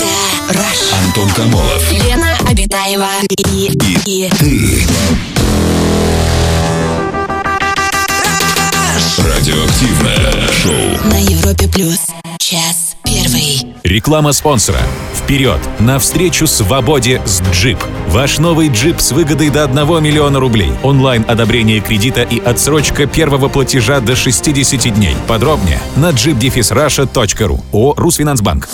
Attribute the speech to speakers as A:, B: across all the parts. A: Rush.
B: Антон Камолов.
A: Лена Обитаева и, и
B: Ты. Радиоактивное шоу.
A: на Европе плюс час первый.
C: Реклама спонсора. Вперед! Навстречу свободе с Джип. Ваш новый джип с выгодой до 1 миллиона рублей. Онлайн одобрение кредита и отсрочка первого платежа до 60 дней. Подробнее на jeepdefisrasha.ru. О Русфинансбанк.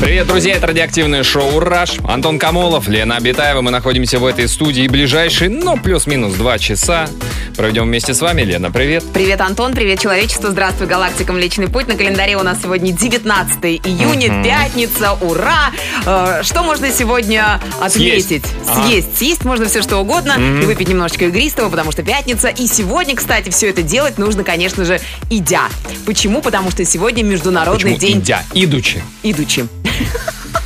D: Привет, друзья, это радиоактивное шоу «Раш». Антон Камолов, Лена Обитаева. Мы находимся в этой студии ближайшие, ну, плюс-минус два часа. Проведем вместе с вами. Лена, привет.
E: Привет, Антон, привет, человечество. Здравствуй, галактика Млечный Путь. На календаре у нас сегодня 19 июня, пятница, ура! Э, Что можно сегодня отметить?
D: Съесть. Ага.
E: Съесть. Съесть можно все что угодно и выпить немножечко игристого, потому что пятница. И сегодня, кстати, все это делать нужно, конечно же, идя. Почему? Потому что сегодня Международный
D: Почему
E: день
D: идя, идучи?
E: идучи.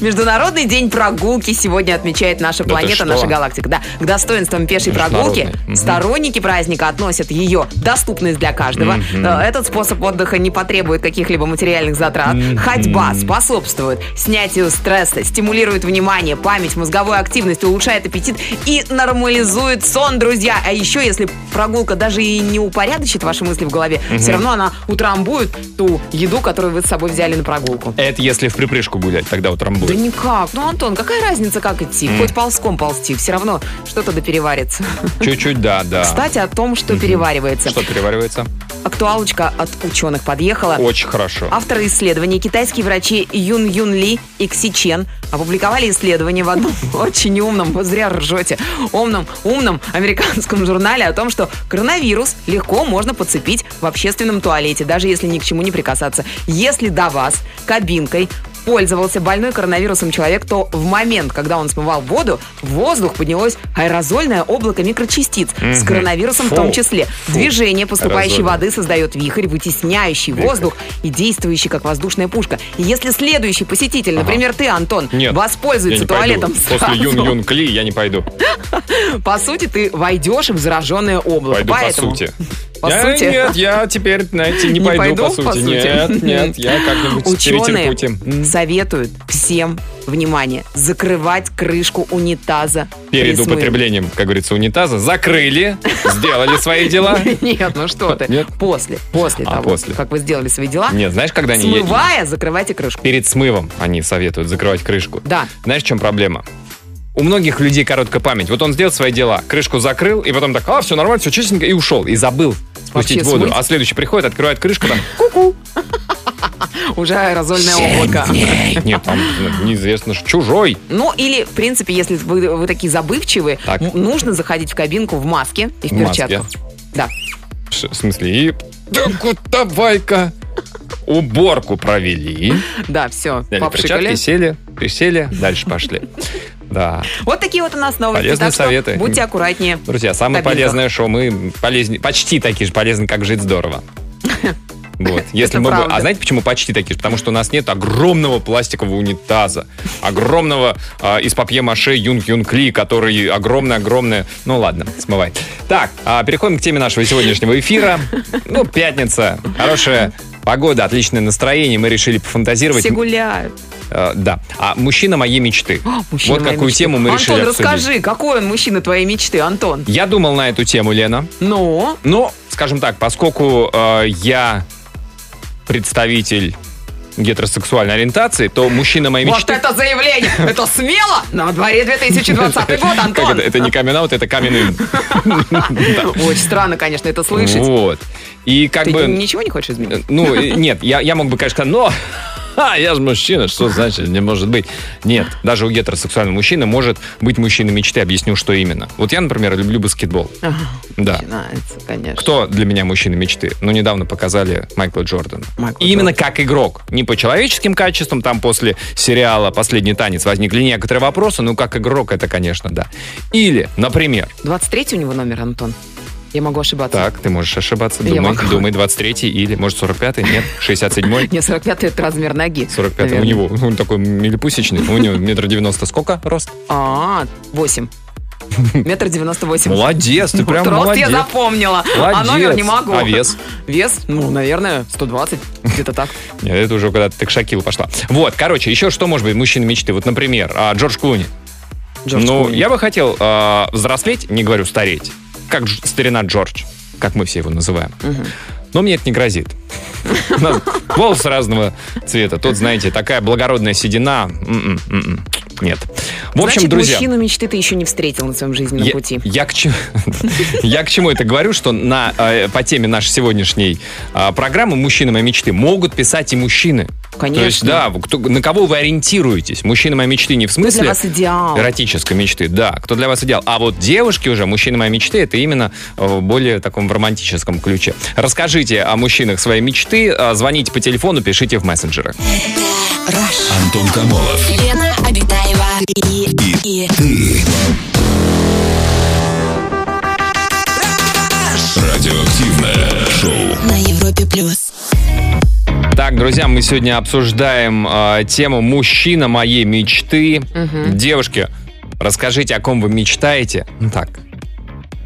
E: Международный день прогулки сегодня отмечает наша
D: Да ты
E: планета,
D: что?
E: наша галактика. Да, к достоинствам пешей прогулки
D: Международный. Мгм.
E: сторонники праздника относят ее доступность для каждого. Э, Этот способ отдыха не потребует каких-либо материальных затрат. Ходьба способствует снятию стресса, стимулирует внимание, память, мозговую активность, улучшает аппетит и нормализует сон, друзья. А еще, если прогулка даже и не упорядочит ваши мысли в голове, все равно она утрамбует ту еду, которую вы с собой взяли на прогулку.
D: Это если в припрыжку гулять, тогда утром
E: Да
D: будет.
E: никак. Ну, Антон, какая разница, как идти? Хоть ползком ползти, все равно что-то допереварится.
D: Чуть-чуть, да, да.
E: Кстати, о том, что переваривается.
D: Что переваривается?
E: Актуалочка от ученых подъехала.
D: Очень хорошо.
E: Авторы исследований, китайские врачи Юн Юн Ли и Кси Чен, опубликовали исследование в одном очень умном, вот зря ржете, умном, умном американском журнале о том, что коронавирус легко можно подцепить в общественном туалете, даже если ни к чему не прикасаться. Если до вас кабинкой пользовался больной коронавирусом человек, то в момент, когда он смывал воду, в воздух поднялось аэрозольное облако микрочастиц с
D: Мгм.
E: коронавирусом в
D: Фу.
E: том числе.
D: Фу.
E: Движение поступающей
D: Аэрозольное.
E: воды воды создает вихрь, вытесняющий воздух и действующий как воздушная пушка. И если следующий посетитель, например, ты, Антон,
D: Нет, я
E: воспользуется
D: не
E: туалетом
D: пойду.
E: сразу,
D: После Юн-Юн Кли я не пойду.
E: по сути, ты войдешь в зараженное облако.
D: Пойду по
E: Ну, Поэтому
D: сути.
E: По
D: Я-
E: сути.
D: Нет, я теперь, знаете, не,
E: Не
D: пойду,
E: пойду,
D: по
E: по
D: сути.
E: сути?
D: Нет, нет, я как-нибудь
E: Ученые
D: перетерпу тем. М.
E: советуют всем, внимание, закрывать крышку унитаза
D: перед
E: при смыве.
D: употреблением, как говорится, унитаза, закрыли, сделали свои дела.
E: Нет, ну что ты.
D: типа. Нет?
E: После, после
D: А,
E: того,
D: после.
E: как вы сделали свои дела,
D: Нет, знаешь, когда они едят?
E: смывая, закрывайте крышку.
D: Перед смывом они советуют закрывать крышку.
E: Да.
D: Знаешь, в чем проблема? У многих людей короткая память. Вот он сделал свои дела, крышку закрыл, и потом так, а, все нормально, все чистенько, и ушел, и забыл спустить
E: Вообще
D: воду.
E: смыть?
D: А следующий приходит, открывает крышку, там,
E: Уже аэрозольное облако.
D: нет, там ну, неизвестно, что чужой.
E: Ну, или, в принципе, если вы, вы такие забывчивые,
D: Так.
E: м- нужно заходить в кабинку в маске и в,
D: В маске.
E: перчатках. Да.
D: Ш- В смысле, и... Так вот, давай-ка. Уборку провели.
E: Да, все.
D: Сняли перчатки, сели, присели, дальше пошли. Да.
E: Вот такие вот у нас новости.
D: Полезные
E: так что
D: советы.
E: будьте аккуратнее.
D: Друзья, самое
E: Кабинка.
D: полезное, что мы полезнее, почти такие же полезны, как жить здорово. Вот. Если
E: Это
D: мы бы-
E: правда.
D: а знаете, почему почти такие же? Потому что у нас нет огромного пластикового унитаза, огромного а, из папье-маше Юнг-Юнг-Ли, который огромное-огромное... Ну ладно, смывай. Так, а, переходим к теме нашего сегодняшнего эфира. Ну, пятница, хорошая погода, отличное настроение. Мы решили пофантазировать.
E: Все гуляют.
D: Э, да. А мужчина моей мечты.
E: А, мужчина
D: вот
E: моей
D: какую
E: мечты.
D: тему мы
E: Антон,
D: решили обсудить.
E: расскажи, какой он мужчина твоей мечты, Антон?
D: Я думал на эту тему, Лена.
E: Ну,
D: Но, скажем так, поскольку э, я представитель гетеросексуальной ориентации, то мужчина моей
E: вот
D: мечты...
E: это заявление! Это смело! На дворе 2020 год,
D: Как
E: Антон!
D: это? Это не камин это камин
E: Очень странно, конечно, это слышать.
D: Вот. И как
E: Ты
D: бы...
E: ничего не хочешь
D: Э,
E: изменить?
D: Ну, э, нет, я, я мог бы, конечно, сказать, но... Ха, я же мужчина, что значит, не может быть. Нет, даже у гетеросексуального мужчины может быть мужчина мечты, объясню, что именно. Вот я, например, люблю баскетбол.
E: Ага,
D: Э, Да.
E: Начинается, конечно.
D: Кто для меня мужчина мечты? Ну, недавно показали Майкла Джордана.
E: Майкл
D: И Именно как игрок. Не по человеческим качествам, там после сериала «Последний танец» возникли некоторые вопросы, ну, как игрок это, конечно, да. Или, например,
E: 23 у него номер, Антон. Я могу ошибаться.
D: так, ты можешь ошибаться,
E: Я
D: думай,
E: могу.
D: думай 23 или, может, 45 нет, 67
E: Нет, 45 это размер ноги.
D: 45 у
E: наверное.
D: него, он такой милипусечный, у него метр девяносто сколько рост?
E: А, 8. Метр девяносто восемь.
D: Молодец, ты
E: Вот
D: прям
E: рост
D: молодец.
E: я запомнила, а номер не
D: Молодец.
E: могу.
D: А вес?
E: Вес? Ну, наверное, 120. Где-то так.
D: Нет, это уже когда-то так Шакила пошла. Вот, короче, еще что может быть мужчина мечты? Вот, например, а, Джордж Клуни.
E: Джордж
D: ну,
E: Клуни.
D: я бы хотел а, взрослеть, не говорю стареть, как Дж- старина Джордж, как мы все его называем. Но мне это не грозит. У нас волосы разного цвета. Тут, знаете, такая благородная седина. М-м, м-м. Нет. В общем,
E: Значит,
D: друзья...
E: мужчину мечты ты еще не встретил на своем жизненном
D: Я,
E: пути.
D: я к чему, я к чему это говорю, что на, э, по теме нашей сегодняшней э, программы «Мужчины моей мечты» могут писать и мужчины.
E: Конечно.
D: То есть, да, вы кто- на кого вы ориентируетесь? Мужчина моей мечты не в
E: Кто
D: смысле
E: для вас идеал?
D: эротической мечты, да, кто для вас идеал. А вот девушки уже, мужчины моей мечты, это именно э, в более таком в романтическом ключе. Расскажите о мужчинах своей мечты, э, звоните по телефону, пишите в мессенджерах.
B: Антон Камолов.
A: Лена Обитаева и, и, и
B: Радиоактивное шоу.
A: на Европе плюс.
D: Так, друзья, мы сегодня обсуждаем э, тему «Мужчина моей мечты». Девушки, расскажите, о ком вы мечтаете. Ну так,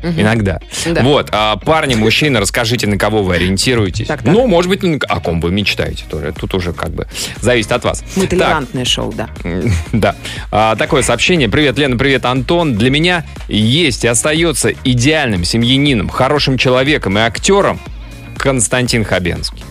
D: иногда.
E: Да.
D: Вот, а парни, мужчины, расскажите, на кого вы ориентируетесь.
E: Так, так.
D: Ну, может быть, на- о ком вы мечтаете тоже. Тут уже как бы зависит от вас.
E: Мы
D: Так,
E: толерантное шоу, да.
D: да. А, такое сообщение. Привет, Лена, привет, Антон. Для меня есть и остается идеальным семьянином, хорошим человеком и актером Константин Хабенский.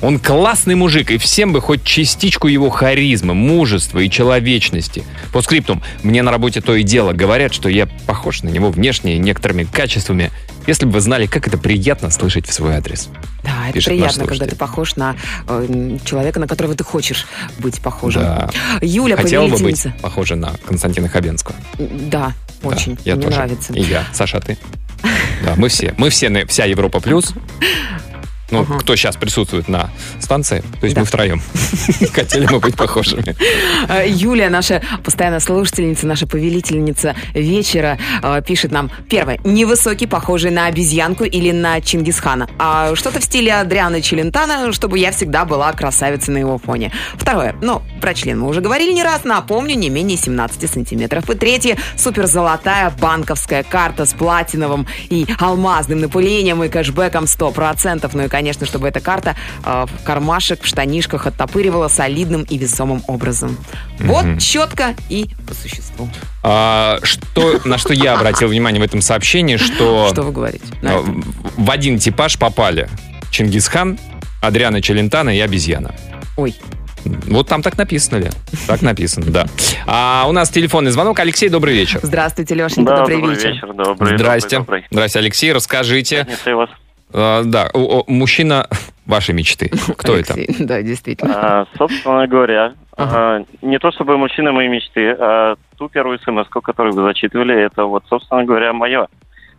D: Он классный мужик, и всем бы хоть частичку его харизмы, мужества и человечности. По скриптум, мне на работе то и дело говорят, что я похож на него внешне и некоторыми качествами. Если бы вы знали, как это приятно слышать в свой адрес.
E: Да, это
D: Пишет наш
E: приятно,
D: слушатель.
E: когда ты похож на э, человека, на которого ты хочешь быть похожим.
D: Да.
E: Юля,
D: Хотела бы быть
E: повелительница.
D: похожа на Константина Хабенского.
E: Да,
D: Да,
E: очень.
D: я
E: Мне
D: тоже.
E: нравится.
D: И я. Саша, а ты? Да, мы все. Мы все, на- вся Европа плюс. Ну,
E: Ага.
D: кто сейчас присутствует на станции, то есть
E: Да.
D: мы втроем. Хотели мы быть похожими.
E: Э, Юлия, наша постоянная слушательница, наша повелительница вечера, э, пишет нам. Первое. Невысокий, похожий на обезьянку или на Чингисхана. А что-то в стиле Адриана Челентана, чтобы я всегда была красавицей на его фоне. Второе. Ну, про член мы уже говорили не раз, напомню, не менее 17 сантиметров. И третье. Суперзолотая банковская карта с платиновым и алмазным напылением и кэшбэком 100%. Ну и, конечно, чтобы эта карта э, в кармашек, в штанишках оттопыривала солидным и весомым образом. Вот четко и по существу.
D: А, Что, на что я обратил внимание в этом сообщении, что
E: Что вы говорите? На
D: а,
E: это?
D: в один типаж попали Чингисхан, Адриана Челентана и обезьяна.
E: Ой,
D: Вот там так написано ли? Так написано, да. А у нас телефонный звонок. Алексей, добрый вечер.
E: здравствуйте, Лешенька,
F: Да,
E: добрый,
F: добрый
E: вечер.
F: вечер. Добрый,
D: Здрасте.
F: добрый, добрый.
D: Здрасте, Алексей. Расскажите,
F: Пятница и вас.
D: А, да, о- о, мужчина вашей мечты. Кто это?
E: это? Да, действительно.
F: А, собственно говоря, а, не то чтобы мужчина моей мечты, а ту первую смс которую вы зачитывали, это вот, собственно говоря, мое.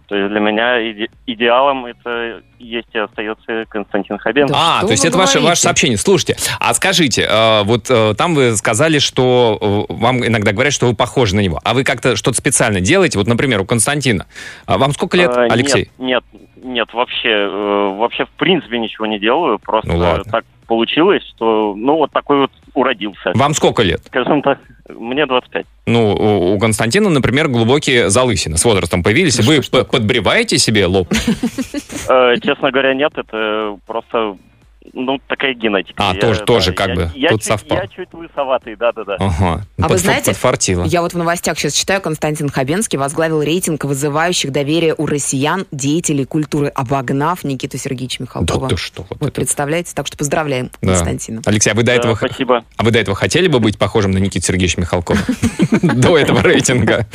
F: То есть для меня иде- идеалом это есть и остается Константин Хабенко.
E: Да
D: А,
E: что
D: то есть
E: вы
D: это ваше,
E: говорите?
D: ваше сообщение. Слушайте, а скажите, э, вот э, там вы сказали, что э, вам иногда говорят, что вы похожи на него, а вы как-то что-то специально делаете, вот, например, у Константина. А Вам сколько лет,
F: А, нет,
D: Алексей?
F: Нет, нет, вообще, э, вообще в принципе ничего не делаю, просто
D: Ну ладно.
F: так получилось, что, ну, вот такой вот уродился.
D: Вам сколько лет?
F: Скажем так, мне 25.
D: Ну, у, у Константина, например, глубокие залысины с возрастом появились.
E: Да
D: вы
E: Ну что ж такое?
D: п- подбриваете себе лоб?
F: Э, Честно говоря, нет, это просто ну, такая генетика.
D: А, тоже- тоже
F: да,
D: как бы
F: я
D: тут
F: чуть,
D: совпало.
F: Я чуть лысоватый, да-да-да.
D: Ага. Ну,
E: А вы
D: Подфор-
E: знаете,
D: подфартило.
E: Я вот в новостях сейчас читаю, Константин Хабенский возглавил рейтинг вызывающих доверие у россиян деятелей культуры, обогнав Никиту Сергеевича
D: Да
E: Михалкова.
D: ты что? вот
E: Вы
D: это-
E: представляете? Так что поздравляем
D: Да.
E: Константина.
D: Алексей, а вы до
F: Да,
D: этого... х-
F: Э, спасибо.
D: А вы до этого хотели бы быть похожим на Никита Сергеевича Михалкова? До этого рейтинга.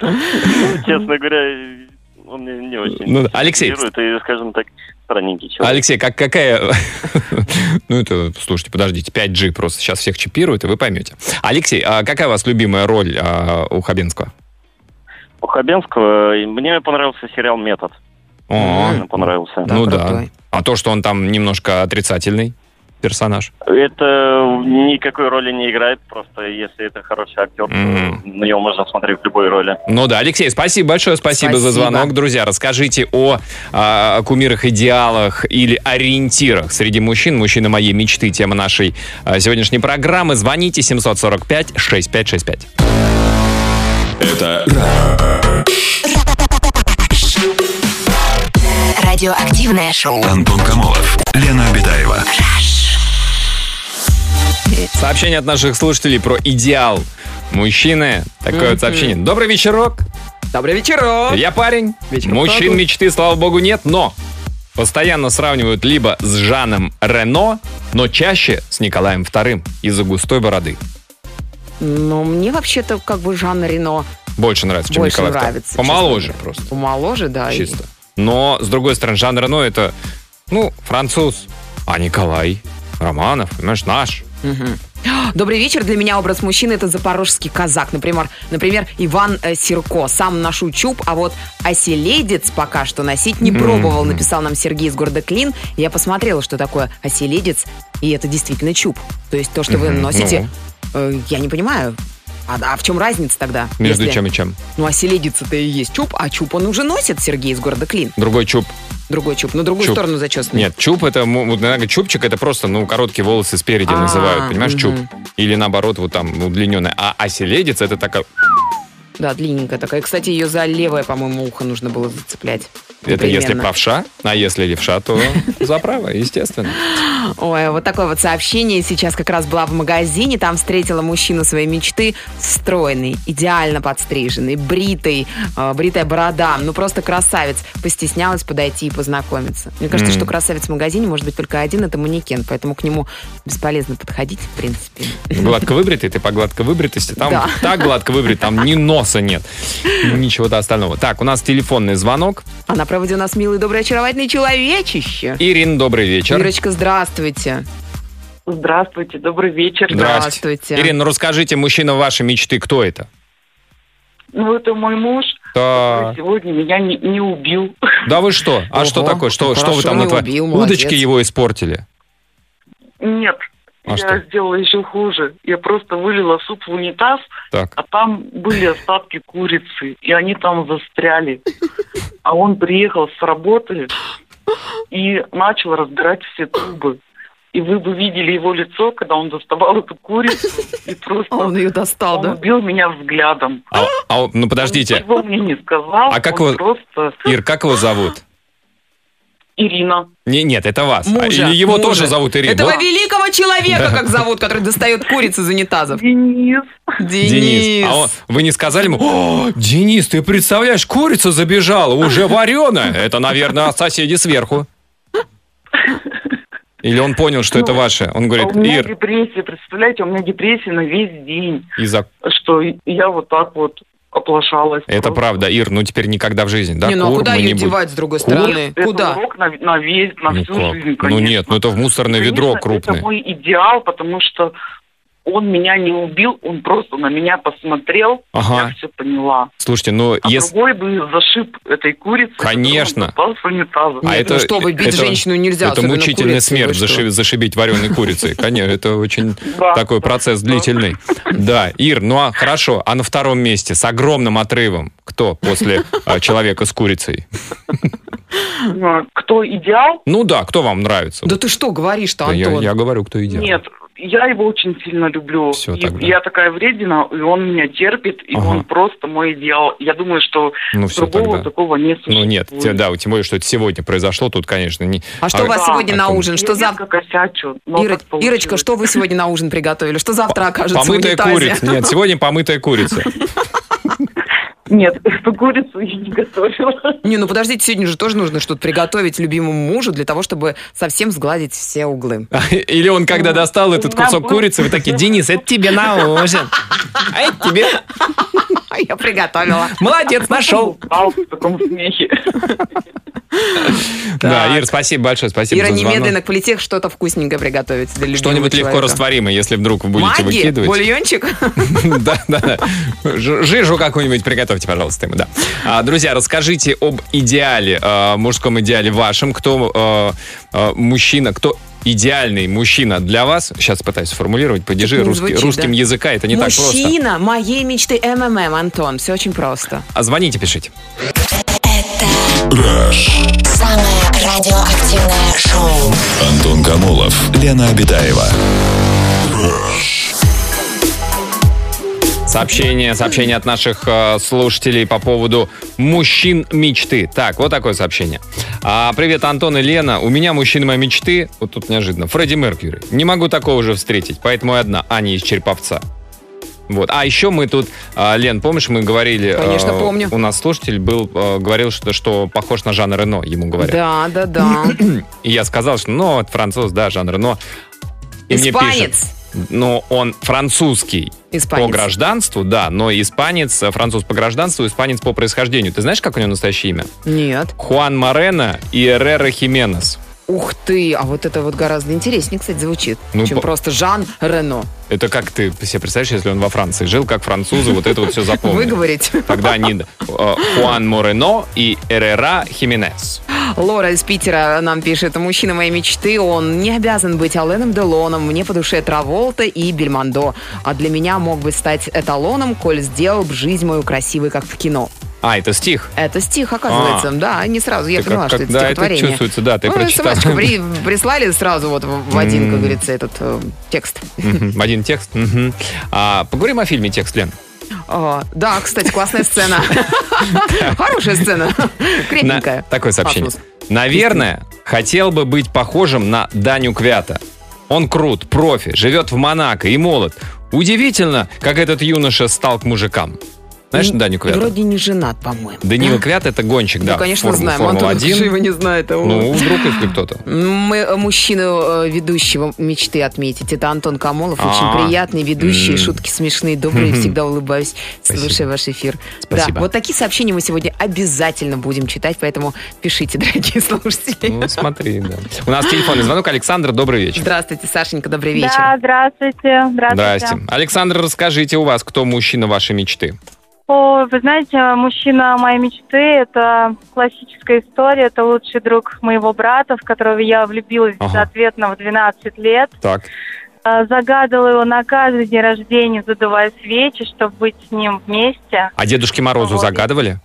F: Ну, Честно говоря, он мне не очень
D: Ну да, Алексей.
F: импонирует и, скажем так, странненький человек.
D: Алексей, как, какая... Ну, это, слушайте, подождите, 5G просто сейчас всех чипируют, и вы поймете. Алексей, а какая у вас любимая роль а, у Хабенского?
F: У Хабенского э, мне понравился сериал «Метод».
D: О,
F: Мне понравился.
E: Да,
D: ну да.
E: крутой.
D: А то, что он там немножко отрицательный персонаж.
F: Это никакой роли не играет, просто если это хороший актер, то
D: Мгм.
F: на него можно смотреть в любой роли.
D: Ну да, Алексей, спасибо большое, спасибо, за
E: Спасибо.
D: звонок. Друзья, расскажите о, а, кумирах, идеалах или ориентирах среди мужчин. Мужчина моей мечты, тема нашей а, сегодняшней программы. Звоните 745-6565.
B: Это
A: Радиоактивное шоу.
B: Антон Камолов, Лена Обедаева.
D: Сообщение от наших слушателей про идеал мужчины. Такое вот сообщение. Добрый вечерок.
E: Добрый вечерок.
D: Я парень.
E: Вечером
D: Мужчин
E: добрый.
D: мечты, слава богу, нет, но постоянно сравнивают либо с Жаном Рено, но чаще с Николаем Вторым из-за густой бороды.
E: Ну, мне вообще-то как бы Жанна Рено
D: Больше нравится, чем
E: больше
D: Николай II.
E: нравится.
D: Помоложе
E: честно говоря.
D: просто.
E: Помоложе, да. и-
D: Чисто. Но, с другой стороны, Жан Рено это, ну, француз. А Николай Романов, понимаешь, наш.
E: Мгм. Добрый вечер. Для меня образ мужчины это запорожский казак. Например, например Иван э, Сирко. Сам ношу чуб, а вот оселедец пока что носить не пробовал, написал нам Сергей из города Клин. Я посмотрела, что такое оселедец, и это действительно чуб. То есть то, что вы
D: Мгм. Ну.
E: носите, э, я не понимаю. А, а в чем разница тогда?
D: Между
E: Если-
D: чем и чем.
E: Ну, оселедец-то и есть чуб, а чуб он уже носит, Сергей из города Клин.
D: Другой чуб.
E: Другой чуб, на другую
D: Чуб.
E: сторону зачесанный.
D: Нет, чуб это, м- вот, наверное, чубчик это просто, ну, короткие волосы спереди
E: А,
D: называют, понимаешь, чуб.
E: мгм.
D: Или наоборот, вот там удлиненное. А оселедец это такая,
E: Да, длинненькая такая. Кстати, ее за левое, по-моему, ухо нужно было зацеплять.
D: это если
E: Непременно.
D: правша, а если левша, то за право, естественно.
E: Ой, вот такое вот сообщение. Сейчас как раз была в магазине, там встретила мужчину своей мечты. Стройный, идеально подстриженный, бритый, э, бритая борода. Ну, просто красавец. Постеснялась подойти и познакомиться. Мне кажется,
D: М.
E: что красавец в магазине может быть только один, это манекен. Поэтому к нему бесполезно подходить, в принципе.
D: Гладко выбритый, ты по гладко выбритости, там
E: Да.
D: так гладко выбрит, там ни носа нет, ни ничего-то остального. Так, у нас телефонный звонок.
E: А на проводе у нас милый, добрый, очаровательный человечище.
D: Ирин, добрый вечер.
E: Ирочка, здравствуйте.
G: Здравствуйте, добрый вечер.
D: Здрасте.
E: Здравствуйте.
D: Ирин, ну расскажите, мужчина вашей мечты, кто это?
G: Ну, это мой муж,
D: Да, А.
G: который сегодня меня не, не убил.
D: да вы что? А
E: Ого,
D: что такое? Что,
E: ты
D: что вы
E: хорошо
D: там
E: не
D: натворили?
E: убил, молодец.
D: Удочки его испортили.
G: Нет,
D: А
G: я
D: что?
G: сделала еще хуже. Я просто вылила суп в унитаз,
D: Так.
G: а там были остатки курицы, и они там застряли. А он приехал с работы и начал разбирать все трубы. И вы бы видели его лицо, когда он доставал эту курицу, и просто
E: А Он
G: он
E: ее достал, да?
G: убил меня взглядом.
D: А- а, ну
G: Он
D: подождите,
G: Ничего мне не сказал.
D: А как
G: он
D: его-
G: Просто
D: Ир, как его зовут?
G: Ирина.
D: Не, нет, это вас. А,
E: Мужа,
D: Или его
E: мужа.
D: тоже зовут Ирина.
E: Этого
D: Вот.
E: великого человека, как зовут, который достает курицы из унитазов.
G: Денис.
E: Денис.
D: Денис. А он- вы не сказали ему, «О, Денис, ты представляешь, курица забежала, уже вареная. Это, наверное, соседи сверху. Или он понял, что это ваше. Он
G: А
D: говорит,
G: у меня
D: Ир,
G: депрессия, представляете, у меня депрессия на весь день,
D: из-за...
G: что я вот так вот оплошалась.
D: Это
G: Просто.
D: правда, Ир, ну теперь никогда в жизни. Да,
E: не, ну а
D: кур
E: куда
D: мы не
E: ее
D: будем.
E: девать с другой
D: Кур?
E: стороны?
G: Это
E: Куда?
G: урок на, на весь, на
D: Ну
G: всю
D: как?
G: жизнь,
D: Ну
G: конечно.
D: нет, ну это в мусорное ведро
G: Конечно,
D: крупное.
G: Это мой идеал, потому что он меня не убил, он просто на меня посмотрел,
D: Ага.
G: я все поняла.
D: Слушайте, ну
G: А
D: если...
G: другой бы зашиб этой курицы,
D: Конечно.
G: которую он попал с унитаза.
D: А
E: Нет,
D: это-
E: ну что вы, бить
D: это-
E: женщину нельзя.
D: Это
E: особенно
D: мучительная
E: курицей,
D: смерть,
E: вы что?
D: заши- зашибить вареной курицей. Конечно, это очень
G: Да.
D: такой процесс
G: Да.
D: длительный. Да, Ир, ну а хорошо, а на втором месте с огромным отрывом кто после а, человека с курицей?
G: Ну, Кто идеал?
D: Ну да, кто вам нравится?
E: Да ты что говоришь-то,
D: Да я,
E: Антон?
D: я говорю, кто идеал.
G: Нет, я его очень сильно люблю.
D: Всё,
G: И
D: тогда.
G: я такая вредина, и он меня терпит, и
D: Ага.
G: он просто мой идеал. Я думаю, что
D: Ну все
G: другого
D: тогда.
G: такого не существует.
D: Ну нет, те- да, тем более, что это сегодня произошло, тут, конечно, не...
E: А что у вас
G: Да.
E: сегодня на
D: А,
E: ужин? Что
G: я
E: завтра?
G: редко косячу, но
E: Ира-
G: так получилось.
E: Ирочка, что вы сегодня на ужин приготовили? Что завтра окажется в
D: Помытая
E: унитазе?
D: курица. Нет, сегодня помытая курица.
G: Нет, эту курицу я не готовила.
E: Не, ну подождите, сегодня же тоже нужно что-то приготовить любимому мужу для того, чтобы совсем сгладить все углы.
D: Или он, когда достал этот
G: У меня
D: кусок
G: был-
D: курицы, вы такие, Денис, это тебе на ужин. А это тебе...
E: Я приготовила.
D: Молодец, нашел.
G: Упал в таком смехе.
D: Да,
E: Так.
D: Ир, спасибо большое, спасибо
E: Ира
D: за звонок.
E: немедленно к плите что-то вкусненькое приготовить для любимого
D: Что-нибудь легко
E: человека.
D: растворимое, если вдруг вы будете
E: Маги?
D: выкидывать.
E: Бульончик?
D: Да, да, да. Ж- Жижу какую-нибудь приготовьте, пожалуйста, ему, да. А, Друзья, расскажите об идеале, э, мужском идеале вашем. Кто э, э, мужчина, кто идеальный мужчина для вас? Сейчас пытаюсь сформулировать, подержи
E: не
D: русский-
E: звучит,
D: русским
E: да.
D: языка, это не так просто.
E: Мужчина моей мечты МММ, Антон. Все очень просто.
D: А звоните, пишите.
A: Самое радиоактивное шоу.
B: Антон Камолов, Лена Обедаева.
D: Сообщение, сообщение от наших э, слушателей по поводу мужчин мечты. Так, вот такое сообщение. А, привет, Антон и Лена. У меня мужчина моей мечты, вот тут неожиданно, Фредди Меркьюри. Не могу такого же встретить, поэтому я одна, Аня из Череповца. Вот. А еще мы тут, а, Лен, помнишь, мы говорили... э,
E: Конечно, помню.
D: У нас слушатель был, э, говорил, что, что похож на Жан Рено, ему говорят.
E: Да, да, да.
D: И я сказал, что, ну, вот француз, да, Жан Рено. И мне пишет,
E: Испанец.
D: ну, он французский по
E: Испанец.
D: гражданству, да, но испанец, э, француз по гражданству, испанец по происхождению. Ты знаешь, как у него настоящее имя?
E: Нет.
D: Хуан Морено и Эррера Хименес.
E: Ух ты, а вот это вот гораздо интереснее, кстати, звучит,
D: Ну,
E: чем
D: по-
E: просто Жан Рено.
D: Это как ты себе представляешь, если он во Франции жил, как французы, вот это вот все запомнил.
E: Выговорить.
D: Тогда они э, Хуан Морено и Эррера Хименес.
E: Лора из Питера нам пишет, мужчина моей мечты, он не обязан быть Аленом Делоном, мне по душе Траволта и Бельмондо, а для меня мог бы стать эталоном, коль сделал бы жизнь мою красивой, как в кино.
D: А, это стих.
E: Это стих, оказывается,
D: А.
E: да, не сразу, я
D: Ты как-
E: поняла,
D: как-
E: что это
D: да, это
E: стихотворение.
D: чувствуется, да, ты
E: Ну,
D: прочитала.
E: смс-ку при- прислали сразу вот в в один, как говорится, этот э, текст.
D: Мгм. Один текст. Мгм. А, Поговорим о фильме текст, Лен.
E: А, да, кстати, классная сцена. Хорошая сцена.
D: На-
E: Крепенькая.
D: Такое сообщение.
E: Пафос.
D: Наверное, хотел бы быть похожим на Даню Квята. Он крут, профи, живет в Монако и молод. Удивительно, как этот юноша стал к мужикам. Знаешь Даню Квята?
E: Вроде не женат, по-моему.
D: Данила Квят это гонщик, да.
E: Ну, конечно,
D: Форму-
E: знаем.
D: Формула
E: Антон
D: 1.
E: его не знает. а он-
D: Ну, вдруг, если кто-то.
E: Мы э, мужчину э, ведущего мечты отметить. Это Антон Камолов,
D: А.
E: очень приятный ведущий,
D: М.
E: шутки смешные, добрые, всегда улыбаюсь,
D: Спасибо.
E: слушаю ваш эфир.
D: Спасибо.
E: Да, вот такие сообщения мы сегодня обязательно будем читать, поэтому пишите, дорогие слушатели.
D: Ну, смотри, да. У нас телефонный звонок. Александр, добрый вечер.
E: Здравствуйте, Сашенька, добрый вечер.
H: Да, здравствуйте. Здравствуйте.
D: Александр, расскажите у вас, кто мужчина вашей мечты?
H: О, вы знаете, мужчина моей мечты – это классическая история. Это лучший друг моего брата, в которого я влюбилась
D: Ага.
H: безответно в 12 лет.
D: Так.
H: А, Загадывала его на каждый день рождения, задувая свечи, чтобы быть с ним вместе.
D: А Дедушке Морозу
H: Вот.
D: загадывали?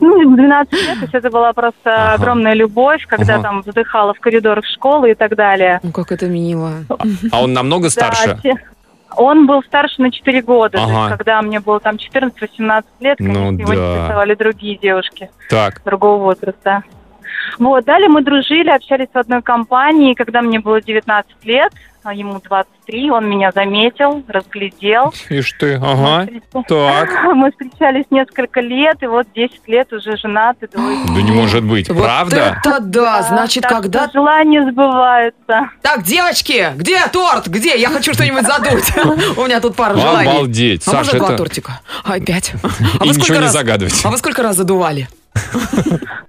H: Ну, в 12 лет, то есть это была просто
D: Ага.
H: огромная любовь, когда
D: Ага.
H: там вздыхала в коридорах школы и так далее.
E: Ну, как это мило.
D: А он намного
H: Да,
D: старше?
H: те- Он был старше на 4 года, то есть
D: Ага.
H: когда мне было там 14-18 лет,
D: Ну
H: конечно, его
D: да.
H: интересовали другие девушки
D: Так.
H: другого возраста. Вот, далее мы дружили, общались в одной компании, когда мне было 19 лет, а ему 23, он меня заметил, разглядел.
D: Ишь ты, ага.
H: Мы встреч-
D: Так.
H: Мы встречались несколько лет, и вот 10 лет уже женаты, двое
D: Да не может быть,
E: Вот
D: правда?
E: это да! А, Значит,
H: Так что
E: когда...
H: Желания сбываются.
E: Так, девочки, где торт? Где? Я хочу что-нибудь задуть. У меня тут пара желаний.
D: Ну, Обалдеть,
E: А
D: Саша,
E: можно два
D: это...
E: тортика? Опять. А
D: И
E: вы
D: ничего
E: сколько
D: не
E: раз...
D: загадывать.
E: А вы сколько раз задували?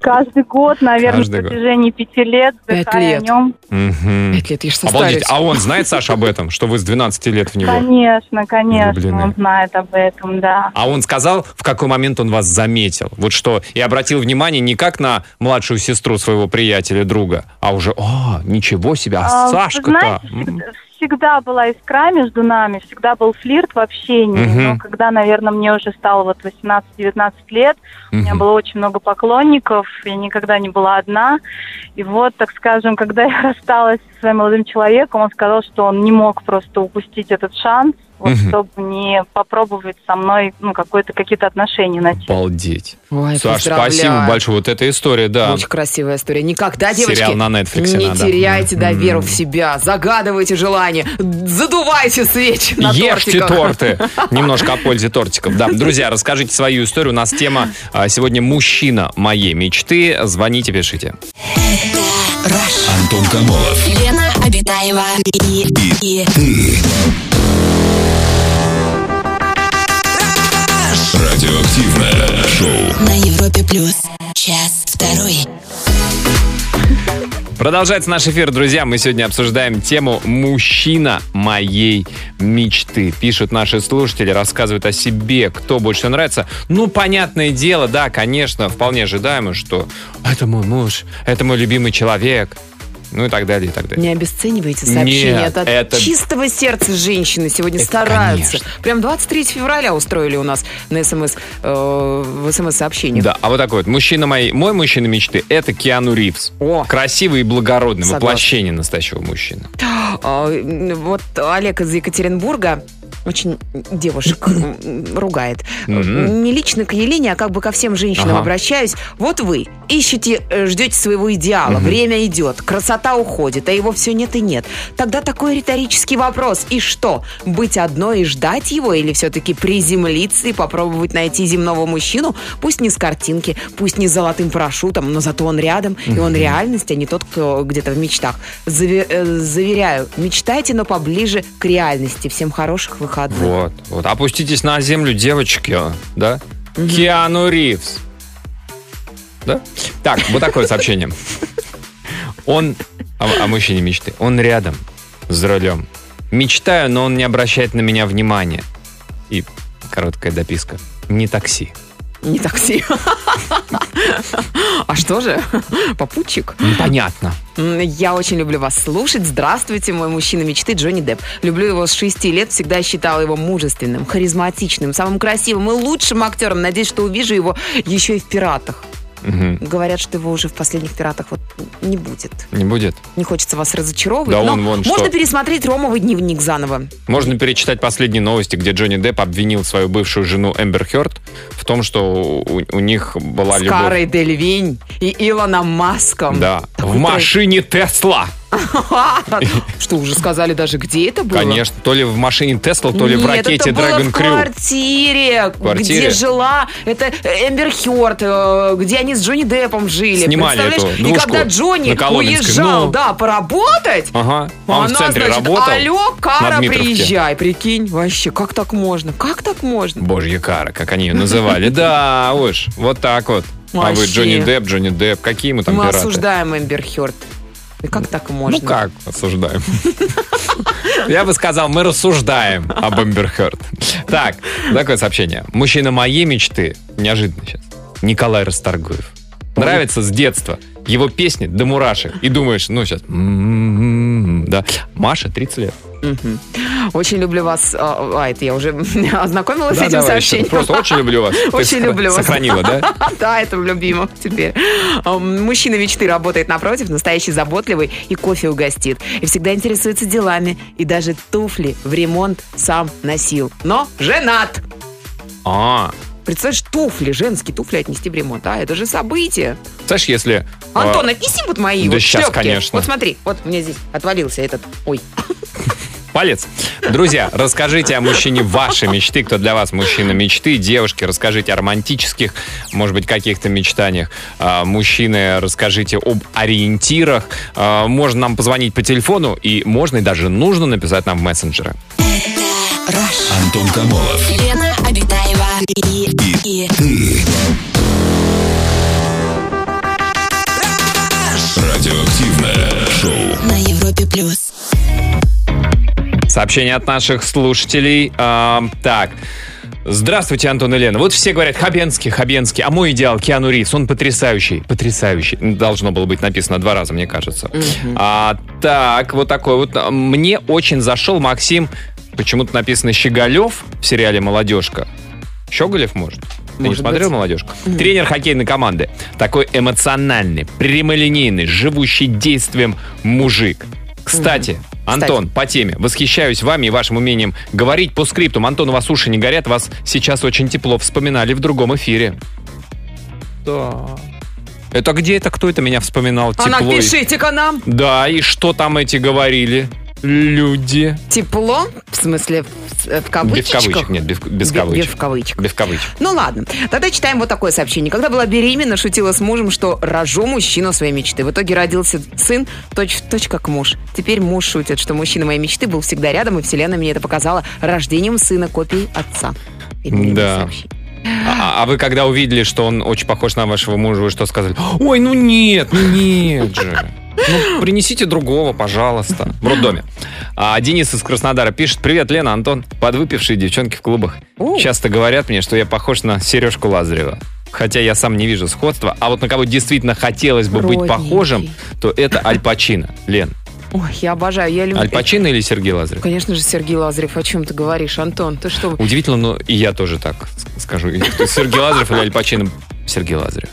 H: Каждый год, наверное,
D: Каждый
H: в
D: год.
H: протяжении пяти лет,
E: Пять
H: вздыхая
E: лет.
H: о нем.
D: Мгм.
E: Пять лет, я же
D: Обалдеть.
E: состарюсь.
D: А он знает, Саша, об этом, что вы с 12 лет в него?
H: Конечно, конечно,
D: Влюблены.
H: он знает об этом, да.
D: А он сказал, в какой момент он вас заметил. Вот что, и обратил внимание не как на младшую сестру своего приятеля, друга, а уже, о, ничего себе, а
H: А,
D: Сашка-то.
H: знаете,
D: м,
H: Всегда была искра между нами, всегда был флирт в общении.
D: Мгм.
H: Но когда, наверное, мне уже стало вот 18-19 лет, у меня
D: мгм.
H: было очень много поклонников, я никогда не была одна. И вот, так скажем, когда я рассталась со своим молодым человеком, он сказал, что он не мог просто упустить этот шанс, вот,
D: Мгм.
H: чтобы не попробовать со мной ну, какое-то, какие-то отношения начать.
D: Обалдеть.
E: Ой,
D: Саш,
E: поздравляю.
D: спасибо большое. Вот эта история, да.
E: Очень красивая история. Никогда, девочки,
D: Сериал на Netflix.
E: не
D: надо.
E: теряйте
D: М,
E: доверу
D: м.
E: в себя, загадывайте желания, задувайте свечи на
D: Ешьте
E: тортиках.
D: торты. Немножко о пользе тортиков. Да, друзья, расскажите свою историю. У нас тема а, сегодня «Мужчина моей мечты». Звоните, пишите.
A: Rush.
B: Антон Камолов.
A: Лена Обитаева и, и,
B: Радиоактивное шоу.
A: на Европе плюс. Час второй.
D: Продолжается наш эфир, друзья. Мы сегодня обсуждаем тему «Мужчина моей мечты». Пишут наши слушатели, рассказывают о себе, кто больше всего нравится. Ну, понятное дело, да, конечно, вполне ожидаемо, что «это мой муж», «это мой любимый человек», ну и так далее, и так далее.
E: Не обесценивайте сообщения.
D: Нет,
E: это от
D: это-
E: чистого сердца женщины сегодня
D: Это
E: стараются. Прям 23 февраля устроили у нас на СМС, э, в СМС-сообщениях.
D: Да, а вот такой вот. Мужчина мой, мой мужчина мечты – это Киану Ривз.
E: О,
D: Красивый и благородный,
E: Согласна. э,
D: воплощение настоящего мужчины.
E: а, м, вот Олег из Екатеринбурга очень девушек м, ругает.
D: Мгм.
E: Не лично к Елене, а как бы ко всем женщинам
D: Ага.
E: обращаюсь. Вот вы ищете, э, ждете своего идеала,
D: Мгм.
E: время идет, красота уходит, а его все нет и нет. Тогда такой риторический вопрос. И что, быть одной и ждать его, или все-таки приземлиться и попробовать найти земного мужчину, пусть не с картинки, пусть не с золотым парашютом, но зато он рядом, и он реальность, а не тот, кто где-то в мечтах. Заве- э, заверяю, мечтайте, но поближе к реальности. Всем хороших выходных.
D: Вот, вот. Опуститесь на землю, девочки, а, да? Киану Ривз. Да? Так, вот такое сообщение. Он, о, о мужчине мечты, он рядом, за рулем. Мечтаю, но он не обращает на меня внимания. И короткая дописка. Не такси.
E: Не такси. А что же? Попутчик?
D: Непонятно.
E: М, Я очень люблю вас слушать. Здравствуйте, мой мужчина мечты Джонни Депп. Люблю его с шести лет, всегда считала его мужественным, харизматичным, самым красивым и лучшим актером. Надеюсь, что увижу его еще и в «Пиратах».
D: Мгм.
E: Говорят, что его уже в последних «Пиратах» вот не будет.
D: Не будет.
E: Не хочется вас разочаровывать.
D: Да
E: но
D: он вон
E: можно
D: что.
E: пересмотреть «Ромовый дневник» заново.
D: Можно перечитать последние новости, где Джонни Депп обвинил свою бывшую жену Эмбер Хёрд в том, что у, у них была
E: с
D: любовь.
E: Карой Дельвинь и Илоном Маском.
D: Да.
E: Такой
D: в машине Тесла.
E: трэш. Что, уже сказали даже, где это было?
D: Конечно. То ли в машине Тесла, то ли в
E: Нет,
D: ракете
E: это было
D: Dragon
E: в
D: Crew.
E: квартире,
D: квартире?
E: где жила это Эмбер Хёрд, э, где они с Джонни Деппом жили.
D: Снимали
E: Представляешь?
D: эту
E: И
D: двушку
E: когда
D: на
E: Джонни
D: Коломенской.
E: уезжал,
D: Ну.
E: да, поработать,
D: Ага. А он
E: она,
D: в центре
E: значит,
D: работал.
E: алло, Кара,
D: на Дмитровке.
E: приезжай, прикинь, вообще, как так можно, как так можно?
D: Божья кара, как они ее называли. Да уж, вот так вот. А вы
E: Вообще.
D: Джонни Депп, Джонни Депп. Какие мы там
E: Мы
D: пираты?
E: осуждаем Эмбер Хёрд. И как так можно?
D: Ну как, осуждаем. Я бы сказал, мы рассуждаем об Эмбер Хёрд. Так, такое сообщение. Мужчина моей мечты, неожиданно сейчас, Николай Расторгуев. Нравится с детства. Его песни до мурашек. И думаешь, ну сейчас, м-м-м, да. Маша, 30 лет.
E: Мгм. Очень люблю вас. А, а, это я уже ознакомилась
D: Да,
E: с этим
D: давай еще.
E: сообщением.
D: Просто очень люблю вас. Ты
E: Очень
D: сохра-
E: люблю вас.
D: Сохранила, да?
E: Да, это любимо теперь. Эм, Мужчина мечты работает напротив, настоящий заботливый и кофе угостит. И всегда интересуется делами. И даже туфли в ремонт сам носил. Но женат!
D: А,
E: Представляешь, туфли, женские туфли отнести в ремонт. А, это же событие.
D: знаешь, если... а,
E: Антон, отнеси вот мои
D: да
E: вот
D: щас,
E: шлепки.
D: конечно.
E: Вот смотри, вот у меня здесь отвалился этот. Ой,
D: Палец. Друзья, расскажите о мужчине вашей мечты, кто для вас мужчина мечты. Девушки, расскажите о романтических, может быть, каких-то мечтаниях. А, Мужчины, расскажите об ориентирах. А, Можно нам позвонить по телефону и можно и даже нужно написать нам в мессенджеры.
B: Антон Камолов.
A: Лена Обитаева и, и, и
B: Радиоактивное шоу.
A: на Европе плюс.
D: Сообщение от наших слушателей. А, так. Здравствуйте, Антон и Лена. Вот все говорят Хабенский, Хабенский, а мой идеал Киану Ривз, он потрясающий, потрясающий. Должно было быть написано два раза, мне кажется. А, так, вот такой вот. Мне очень зашел Максим, почему-то написано Щеголев в сериале «Молодежка». Щеголев, может? Ты не
E: Может
D: смотрел
E: быть.
D: «Молодежку»? Тренер хоккейной команды. Такой эмоциональный, прямолинейный, живущий действием мужик. Кстати, Антон, по теме. Восхищаюсь вами и вашим умением говорить по скриптам. Антон, у вас уши не горят, вас сейчас очень тепло вспоминали в другом эфире. Да. Это где это? Кто это меня вспоминал?
E: а
D: тепло? и-
E: напишите-ка нам
D: Да, и что там эти говорили? Люди.
E: тепло, в смысле, в, в
D: Без кавычек,
E: кавычках.
D: нет, без, без
E: А Бе-
D: кавычек.
E: без кавычек.
D: Без кавычек.
E: Ну ладно, тогда читаем вот такое сообщение. Когда была беременна, шутила с мужем, что рожу мужчину своей мечты. В итоге родился сын точь в точь как муж. Теперь муж шутит, что мужчина моей мечты был всегда рядом, и вселенная мне это показала рождением сына копией отца. Беременное
D: Да.
E: сообщение.
D: А, а вы когда увидели, что он очень похож на вашего мужа, вы что сказали? Ой, ну нет, ну нет же. Ну, принесите другого, пожалуйста. В роддоме. А Денис из Краснодара пишет. Привет, Лена, Антон. Подвыпившие девчонки в клубах.
E: О.
D: Часто говорят мне, что я похож на Сережку Лазарева. Хотя я сам не вижу сходства. А вот на кого действительно хотелось бы быть
E: Родненький.
D: похожим, то это Аль Пачино. Лен,
E: Ой, я обожаю, я люблю.
D: Аль Пачино или Сергей Лазарев?
E: Конечно же, Сергей Лазарев, о чем ты говоришь, Антон? Ты что?
D: Удивительно, но и я тоже так с- скажу. Сергей Лазарев или Аль Пачино? Сергей Лазарев.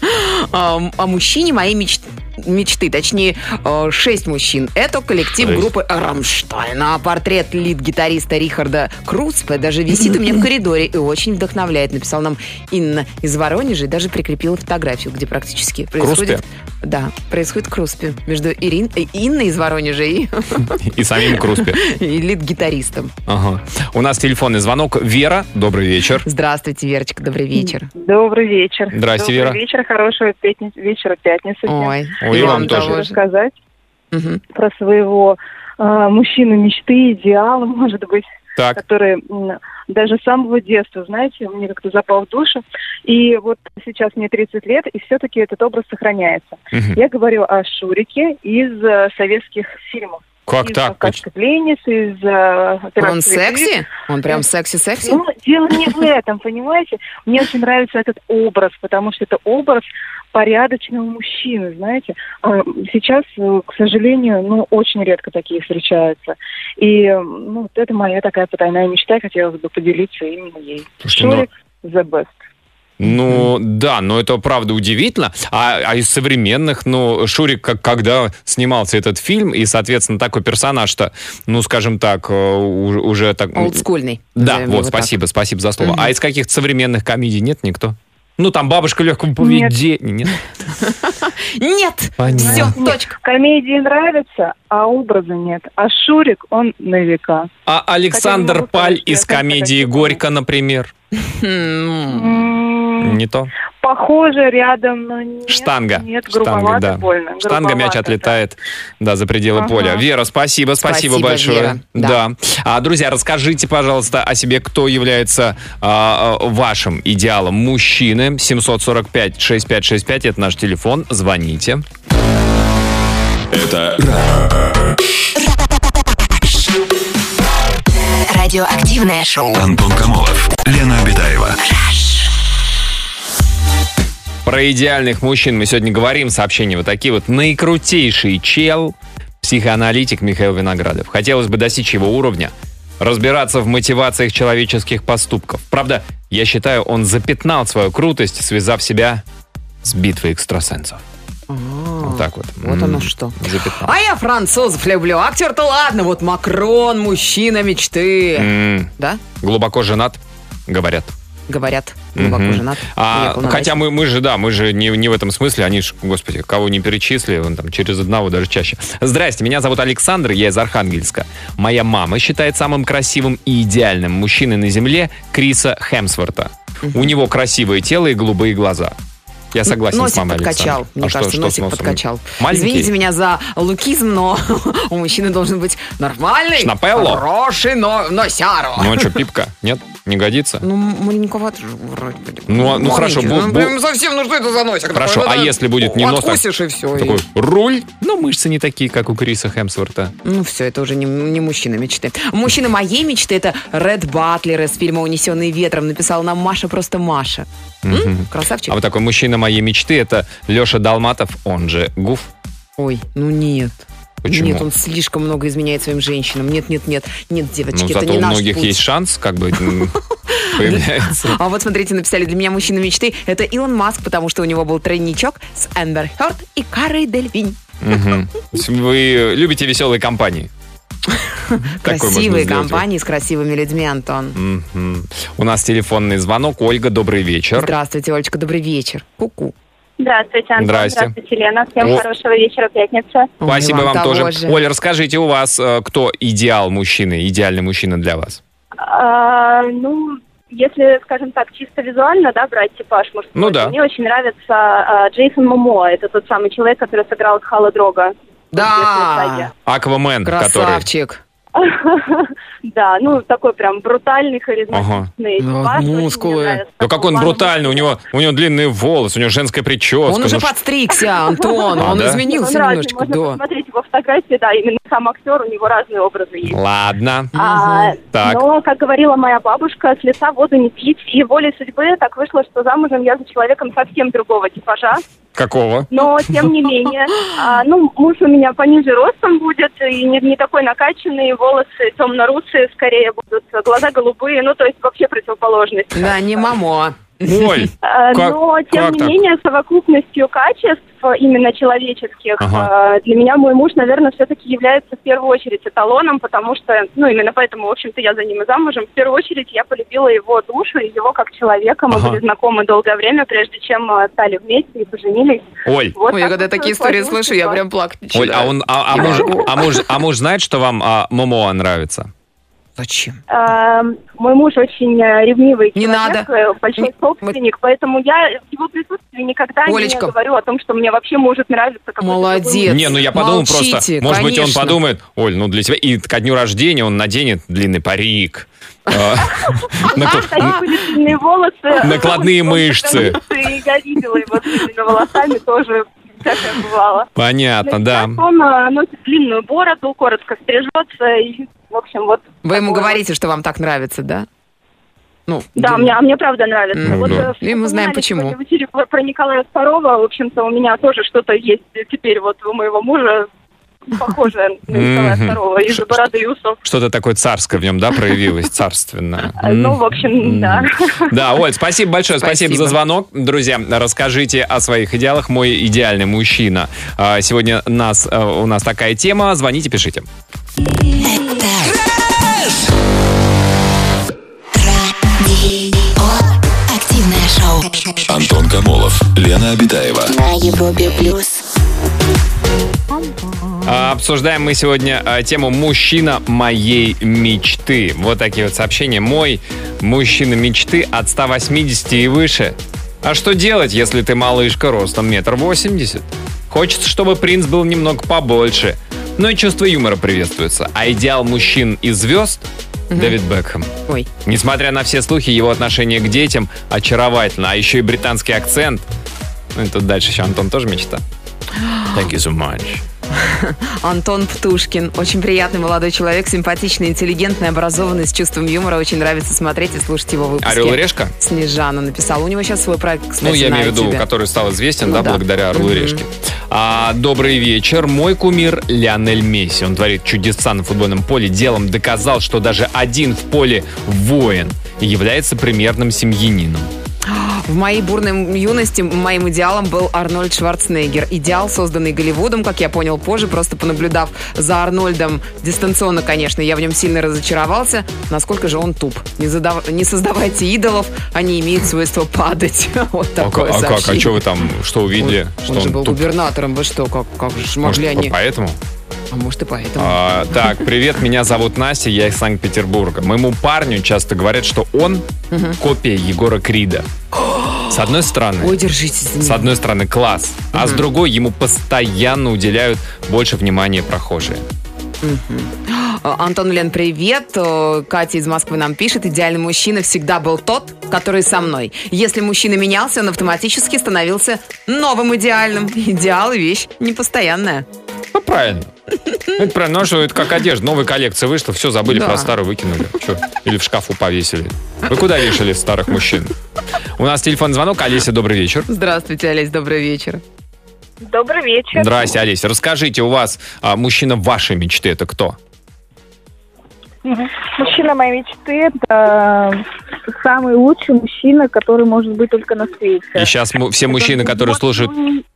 E: А, м- о мужчине моей мечты. мечты, точнее, э, шесть мужчин. Это коллектив
D: Шесть.
E: группы «Рамштайн». А портрет лид-гитариста Рихарда Круцпе даже висит у меня в коридоре и очень вдохновляет. Написал нам Инна из Воронежа и даже прикрепила фотографию, где практически происходит... Да, происходит Круспе между Ирин, э, Инной из Воронежа и,
D: И самим Круспи.
E: и лид-гитаристом.
D: Ага. У нас телефонный звонок. Вера, добрый вечер.
E: Здравствуйте, Верочка, добрый вечер.
H: Добрый вечер.
D: Здрасте,
H: Добрый
D: Вера.
H: вечер, хорошего пятни- вечера пятницы. всем.
E: Ой,
D: Ой,
E: и
D: вам
E: вам
D: тоже.
E: того же.
H: Рассказать
E: Мгм.
H: про своего э, мужчину мечты, идеала, может быть,
D: Так,
H: который м, даже с самого детства, знаете, мне как-то запал в душу. И вот сейчас мне 30 лет, и все-таки этот образ сохраняется.
D: мгм.
H: Я говорю о Шурике из э, советских фильмов.
D: как
H: из
D: так?
H: «Кавказской пленницы», из э, «Операции
E: Он
H: «Ретрит».
E: секси? Он прям секси-секси?
H: Ну, дело не в этом, понимаете? Мне очень нравится этот образ, потому что это образ порядочного мужчины, знаете. А Сейчас, э, к сожалению, ну, очень редко такие встречаются. И, э, ну, вот это моя такая потайная мечта, хотелось бы поделиться именно ей.
D: Слушайте, ну-
H: Шурик the best.
D: Ну, да, но это правда удивительно. А, а из современных, ну, Шурик, как, когда снимался этот фильм, и, соответственно, такой персонаж-то, ну, скажем так, э, у- уже так... м,
E: Олдскульный.
D: Да,
E: назовем его
D: вот,
E: так.
D: спасибо, спасибо за слово.
E: Мгм.
D: А из каких-то современных комедий нет никто? Ну, там бабушка легкого поведения. Нет.
E: Нет!
D: Понятно.
E: Все, точка.
H: Комедии нравятся, а образа нет. А Шурик, он на века.
D: А Александр
H: Хотя не могу
D: Паль
H: сказать,
D: из
H: что я знаю,
D: комедии
H: как это
D: «Горько», например.
E: М,
H: М,
D: Не то.
H: Похоже рядом, но нет.
D: Штанга.
H: Нет,
D: Штанга,
H: грубовато,
D: да.
H: больно.
D: Штанга мяч
H: грубовато, да.
D: отлетает, да, за пределы
H: Ага.
D: поля. Вера, спасибо, спасибо,
E: Спасибо,
D: большое.
E: Вера,
D: Да. А, друзья, расскажите, пожалуйста, о себе, кто является а, а, вашим идеалом мужчины. 745-6565, это наш телефон, звоните.
B: Это
A: Радиоактивное шоу.
B: Антон Камолов, Лена Обитаева.
D: Про идеальных мужчин мы сегодня говорим. Сообщения вот такие вот. Наикрутейший чел, психоаналитик Михаил Виноградов. Хотелось бы достичь его уровня. Разбираться в мотивациях человеческих поступков. Правда, я считаю, он запятнал свою крутость, связав себя с битвой экстрасенсов. Вот так вот.
E: А, Вот
D: М,
E: оно что.
D: Запятнал.
E: А я французов люблю. Актер-то ладно, вот Макрон, мужчина мечты.
D: М,
E: Да?
D: Глубоко женат, говорят.
E: Говорят, глубоко
D: Мгм.
E: женат.
D: А,
E: Я полна
D: хотя
E: радости.
D: мы, мы же, да, мы же не, не в этом смысле, они ж, господи, кого не перечислили, вон там через одного даже чаще. Здрасте, меня зовут Александр, я из Архангельска. Моя мама считает самым красивым и идеальным мужчиной на земле Криса Хемсворта. У него красивое тело и голубые глаза. Я согласен
E: носик
D: с мамой
E: подкачал,
D: Александра.
E: мне
D: А что-
E: кажется,
D: что с
E: носик
D: носом?
E: подкачал.
D: Маленький?
E: Извините меня за лукизм, но у мужчины должен быть нормальный,
D: Шнапелло?
E: хороший, но носяро.
D: Ну а что, пипка? Нет? Не годится?
E: Ну, маленьковато же вроде бы.
D: Ну, а- ну,
E: Маленький.
D: хорошо, бу-
E: Ну,
D: бу-
E: прям совсем, ну что это за носик?
D: Хорошо,
E: такой?
D: а
E: Вот
D: если будет не нос, так-
E: Откусишь и все.
D: Такой руль, но мышцы не такие, как у Криса Хемсворта.
E: Ну все, это уже не, не мужчина мечты. Мужчина моей мечты это Ред Батлер из фильма «Унесенные ветром». Написала нам Маша просто Маша. М? Красавчик.
D: А вот такой мужчина моей мечты это Леша Далматов, он же Гуф.
E: Ой, ну нет.
D: Почему?
E: Нет, он слишком много изменяет своим женщинам. Нет, нет, нет. Нет, девочки,
D: Ну,
E: это
D: зато
E: не
D: у
E: наш
D: многих
E: путь.
D: есть шанс, как бы, м, появляется.
E: А вот смотрите, написали для меня мужчина мечты. Это Илон Маск, потому что у него был тройничок с Эмбер Хёрд и Карой Дельвинь.
D: Мгм. То есть Вы любите веселые компании. Такой можно
E: Красивые
D: сделать
E: компании с крывыми людьми, Антон.
D: вывод. Мгм. У нас телефонный звонок. Ольга, добрый вечер.
E: Здравствуйте, Олечка, добрый вечер. Ку-ку.
H: Здравствуйте,
D: Антон. Здрасте. Здравствуйте,
H: Лена.
D: Всем О.
H: хорошего вечера, пятница.
E: Ой,
D: Спасибо вам
E: того
D: тоже.
E: же.
D: Оля, расскажите, у вас э, кто идеал мужчины, идеальный мужчина для вас?
H: ну, если, скажем так, чисто визуально, да, брать типаж мужской,
D: Ну да.
H: то мне очень нравится а, Джейсон Момоа. Это тот самый человек, который сыграл Хала Дрога.
E: Да,
D: Аквамен, который...
E: красавчик.
H: Да, ну, такой прям брутальный, харизматичный
E: Ага.
H: типаж.
E: Ну,
H: Очень мне
E: мускулы.
H: нравится.
D: Ну как он
H: Ладно,
D: брутальный, у него, у него длинные волосы, у него женская прическа.
E: Он
D: ну
E: уже
D: что-
E: подстригся, Антон,
D: А,
E: он
D: да?
E: изменился
H: он разный,
E: немножечко,
H: ну, Можно
E: да.
H: посмотреть его фотографии, да, именно сам актер, у него разные образы есть.
D: Ладно.
H: А,
D: Так.
H: Но, как говорила моя бабушка, с лица воду не пить. И волей судьбы так вышло, что замужем я за человеком совсем другого типажа.
D: Какого?
H: Но, тем не менее, а, ну, муж у меня пониже ростом будет, и не, не такой накачанный, волосы темно-русые скорее будут, глаза голубые, ну, то есть вообще противоположность.
E: Да, не мамо.
D: Боль.
H: Э,
D: Как-
H: Но, тем
D: как
H: не
D: так?
H: менее, совокупностью качеств, э, именно человеческих,
D: Ага.
H: э, для меня мой муж, наверное, все-таки является в первую очередь эталоном, потому что, ну, именно поэтому, в общем-то, я за ним и замужем. В первую очередь я полюбила его душу и его как человека. Мы
D: Ага.
H: были знакомы долгое время, прежде чем э, стали вместе и поженились.
D: Оль.
H: Вот
E: Ой, я
H: так
E: когда
H: вот
E: такие истории
H: сложилась
E: слышу, я
H: ситуация.
E: прям плакать
D: Оль, а
E: начинаю.
D: он, а, а муж, а муж, а муж знает, что вам а, Момоа нравится?
E: Зачем?
H: Эм, Мой муж очень э, ревнивый
E: Не
H: человек,
E: надо.
H: э, большой собственник, поэтому я в его присутствии никогда
E: Олечка.
H: не говорю о том, что мне вообще может нравиться какой-то другой
E: Молодец. Нет,
D: не, ну я подумал
E: молчите,
D: просто, может быть, он
E: конечно.
D: подумает, Оль, ну для тебя, и ко дню рождения он наденет длинный парик, э,
H: мужчина.
D: накл-
H: А, Такие были длинные волосы.
D: Накладные
H: Он
D: мышцы.
H: такой, и Я видела его с длинными волосами тоже. Всякое бывало.
D: Понятно,
H: Но
D: А, да.
H: сейчас Он э, носит длинную бороду, коротко стрижется. И, в общем, вот.
E: Вы ему
H: такое.
E: говорите, что вам так нравится, да? Ну,
H: Да, мне, а мне правда нравится.
E: Мгм.
H: Вот,
D: Ну,
H: э,
E: И мы знаем
H: вспоминали
E: почему.
H: сегодня В эфире про, про Николая Старова, в общем-то, у меня тоже что-то есть теперь вот у моего мужа похожее на Николая
D: Мгм.
H: Старова из-за бороды и усов.
D: Что-то такое царское в нем, да, проявилось, царственное.
H: Э, Ну,
D: М.
H: в общем, да.
D: Да, Оль, спасибо большое, спасибо.
E: Спасибо.
D: за звонок. Друзья, расскажите о своих идеалах «Мой идеальный мужчина». А, Сегодня нас, э, у нас такая тема, звоните, пишите.
A: Радио. Активное шоу.
C: Антон Камолов, Лена Обитаева.
A: На Европе плюс.
D: А, Обсуждаем мы сегодня а, тему «Мужчина моей мечты». Вот такие вот сообщения. «Мой мужчина мечты от 180 и выше». А что делать, если ты малышка ростом метр восемьдесят? Хочется, чтобы принц был немного побольше. Но и чувство юмора приветствуется. А идеал мужчин и звезд – Дэвид Бекхэм.
E: Ой.
D: Несмотря на все слухи, его отношение к детям очаровательно. А еще и британский акцент. Ну и тут дальше еще Антон тоже мечта. Thank you so much.
E: Антон Птушкин. Очень приятный молодой человек, симпатичный, интеллигентный, образованный, с чувством юмора. Очень нравится смотреть и слушать его выпуски.
D: Орел и решка?
E: Снежана написала. У него сейчас свой проект, кстати,
D: Ну, я
E: на
D: имею в виду,
E: YouTube.
D: который стал известен,
E: Ну
D: да,
E: да.
D: благодаря Орлу и
E: Мгм.
D: Решке. А, добрый вечер. Мой кумир Лионель Месси. Он творит чудеса на футбольном поле. Делом доказал, что даже один в поле воин и является примерным семьянином. А
E: В моей бурной юности моим идеалом был Арнольд Шварценеггер. Идеал, созданный Голливудом, как я понял позже, просто понаблюдав за Арнольдом дистанционно, конечно, я в нем сильно разочаровался, насколько же он туп. Не, задав- не создавайте идолов, они имеют свойство падать. Вот
D: А
E: такое сообщение.
D: чё там, что
E: Он-
D: увидели?
E: он,
D: что
E: же был
D: туп?
E: губернатором, вы что, как, как же
D: Может,
E: могли
D: по-
E: они...
D: поэтому?
E: А может и поэтому.
D: А, так, привет, меня зовут Настя, я из Санкт-Петербурга. Моему парню часто говорят, что он копия Егора Крида. С одной стороны...
E: Ой, держитесь за
D: С
E: него.
D: одной стороны, класс, а с другой ему постоянно уделяют больше внимания прохожие.
E: А, Антон Лен, привет. Э, Катя из Москвы нам пишет. Идеальный мужчина всегда был тот, который со мной. Если мужчина менялся, он автоматически становился новым идеальным. Идеал – вещь непостоянная.
D: Ну, правильно. Это правильно, ну, что это как одежда. Новая коллекция вышла, все забыли,
E: Да.
D: про старую выкинули. Чё? Или в шкафу повесили. Вы куда вешали старых мужчин? У нас телефон звонок. Олеся, добрый вечер.
E: Здравствуйте, Олесь, добрый вечер.
H: Добрый вечер.
D: Здрасте, Олеся. Расскажите, у вас а, мужчина вашей мечты это кто?
H: Мужчина моей мечты – это самый лучший мужчина, который может быть только на
D: И
H: свете.
D: сейчас все мужчины, которые слушают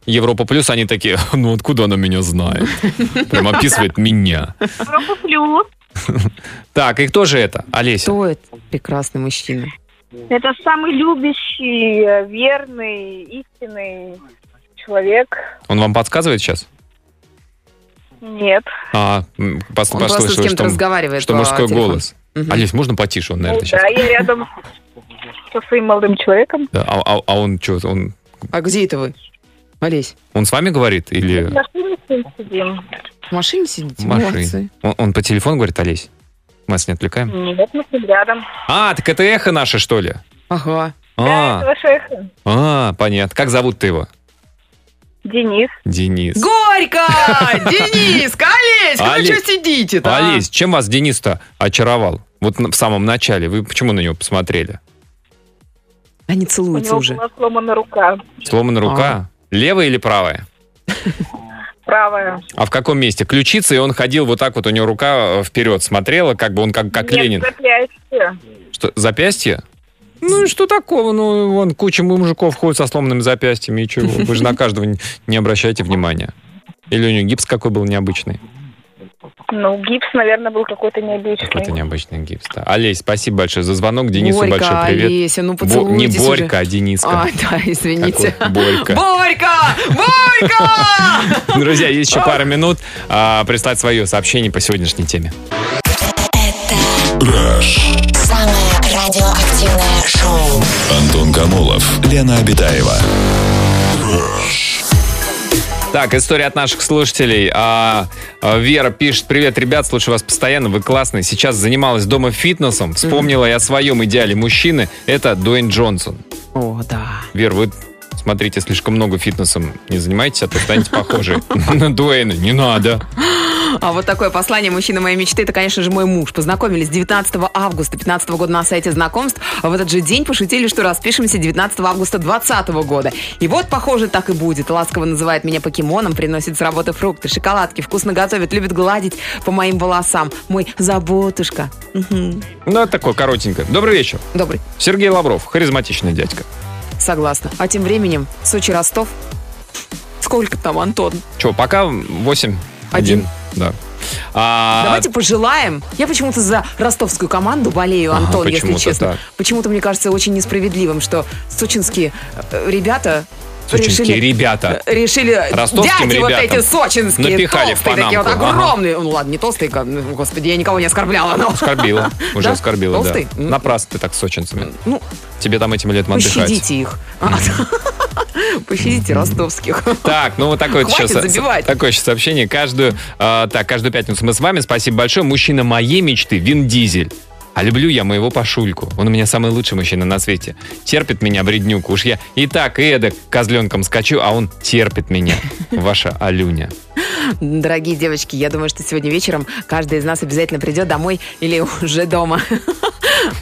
D: Европа Плюс, они такие, ну откуда она меня знает? Прям описывает меня. Так, и кто же это? Олеся.
E: Кто это? Прекрасный мужчина.
D: Ну
H: Это самый любящий, э, верный, истинный человек.
D: Он вам подсказывает сейчас?
H: Нет.
D: А, м, пос-
E: Он просто с
D: послышала,
E: кем-то
D: что,
E: разговаривает
D: что
E: по
D: мужской
E: телефону.
D: голос.
E: Мгм.
D: Олесь, можно потише? Он, наверное,
H: Ну
D: сейчас.
H: Да, я рядом со своим молодым человеком.
D: Да, А, а- а он что, он,
E: А где это вы? Олесь,
D: он с вами говорит или
H: На шее с ним сидим.
E: в машине сидите?
D: в машине?
E: Молодцы.
D: Он, он по телефону говорит, Олесь? Мы вас не отвлекаем?
H: Нет, мы с ним рядом.
D: А, так это эхо наше, что ли?
E: Ага.
H: Да, это
D: А,
H: ваш эхо.
D: а, понятно. Как зовут ты его?
H: Денис.
D: Денис.
E: Горько! Денис, Олесь, вы
D: Олесь.
E: что сидите-то? а?
D: Олесь, чем вас Денис-то очаровал? Вот на- в самом начале. Вы почему на него посмотрели?
E: Они
H: У
E: целуются
H: него
E: уже.
H: была сломана рука.
D: Сломана рука?
E: А.
D: Левая или правая?
H: Правая.
D: А в каком месте? Ключица, и он ходил вот так вот, у него рука э, вперед смотрела, как бы он как, как
H: Нет,
D: Ленин.
H: запястье.
D: Что, запястье? Ну, и что такого? Ну, вон, куча мужиков ходит со сломанными запястьями, и чего? Вы же на каждого не- не обращайте внимания. Или у нее гипс какой был необычный?
I: Ну, гипс, наверное, был какой-то необычный.
D: Какой-то необычный гипс, да. Олесь, спасибо большое за звонок. Денису
E: Борька,
D: большой привет.
E: Олеся, ну
D: Бо- не
E: поцелуйтесь уже.
D: Борька, а Дениска.
E: А, да, извините.
D: Какой Борька.
E: Борька! Борька!
D: Друзья, есть еще пара минут а, прислать свое сообщение по сегодняшней теме.
A: Самое радиоактивное шоу.
B: Антон Камолов, Лена Обитаева.
D: Так, история от наших слушателей. А, а, Вера пишет, привет, ребят, слушаю вас постоянно, вы классные. Сейчас занималась дома фитнесом, вспомнила и о своем идеале мужчины. Это Дуэйн Джонсон.
E: О, да.
D: Вер, вы смотрите слишком много фитнесом, не занимайтесь, а то станете похожи на Дуэйна. Не надо.
E: А вот такое послание мужчины моей мечты, это, конечно же, мой муж. Познакомились 19 августа 2015 года на сайте знакомств, а в этот же день пошутили, что распишемся 19 августа 2020 года. И вот, похоже, так и будет. Ласково называет меня покемоном, приносит с работы фрукты, шоколадки, вкусно готовит, любит гладить по моим волосам. Мой заботушка. Мгм.
D: Ну, это такое коротенькое. Добрый вечер.
E: Добрый,
D: Сергей Лавров, харизматичный дядька.
E: согласна. А тем временем Сочи-Ростов. Сколько там, Антон?
D: Че, пока 8
E: Один.
D: Да. А,
E: Давайте пожелаем. Я почему-то за ростовскую команду болею,
D: Ага,
E: Антон, если
D: А, почему-то
E: честно.
D: так.
E: Почему-то мне кажется очень несправедливым, что сочинские э, ребята
D: сученьки,
E: решили...
D: ребята.
E: э, Решили
D: Ростовским
E: дяди вот
D: ребятам
E: эти сочинские,
D: напихали в
E: толстые, такие вот
D: панамку, ага.
E: огромные. Ну ладно, не толстые, как- ну, господи, я никого не оскорбляла. но-
D: Оскорбила. Уже
E: Да?
D: оскорбила, да.
E: Толстый? М.
D: Напрасно ты так с сочинцами.
E: Ну,
D: Тебе там этим летом отдыхать.
E: пощадите их. Пощадите ростовских.
D: Так, ну вот такое вот
E: Хватит
D: сейчас,
E: забивать.
D: такое сейчас сообщение. Каждую, э, так, каждую пятницу мы с вами. Спасибо большое. Мужчина моей мечты Вин Дизель. А люблю я моего Пашульку. Он у меня самый лучший мужчина на свете. Терпит меня, бреднюк. Уж я и так, и эдак козленком скачу, а он терпит меня. Ваша Алюня.
E: Дорогие девочки, я думаю, что сегодня вечером каждая из нас обязательно придет домой или уже дома.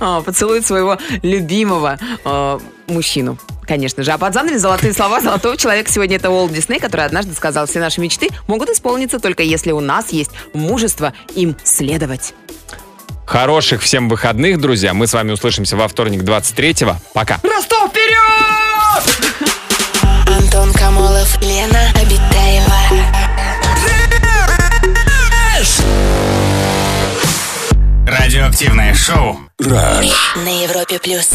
E: А, Поцелует своего любимого э, мужчину. Конечно же. А под занавес золотые слова золотого человека сегодня это Уолт Дисней, который однажды сказал, все наши мечты могут исполниться только если у нас есть мужество им следовать.
D: Хороших всем выходных, друзья. Мы с вами услышимся во вторник 23-го. Пока.
E: Ростов вперед!
A: Антон Камолов, Лена Обитаева.
J: Радиоактивное шоу.
A: На Европе плюс.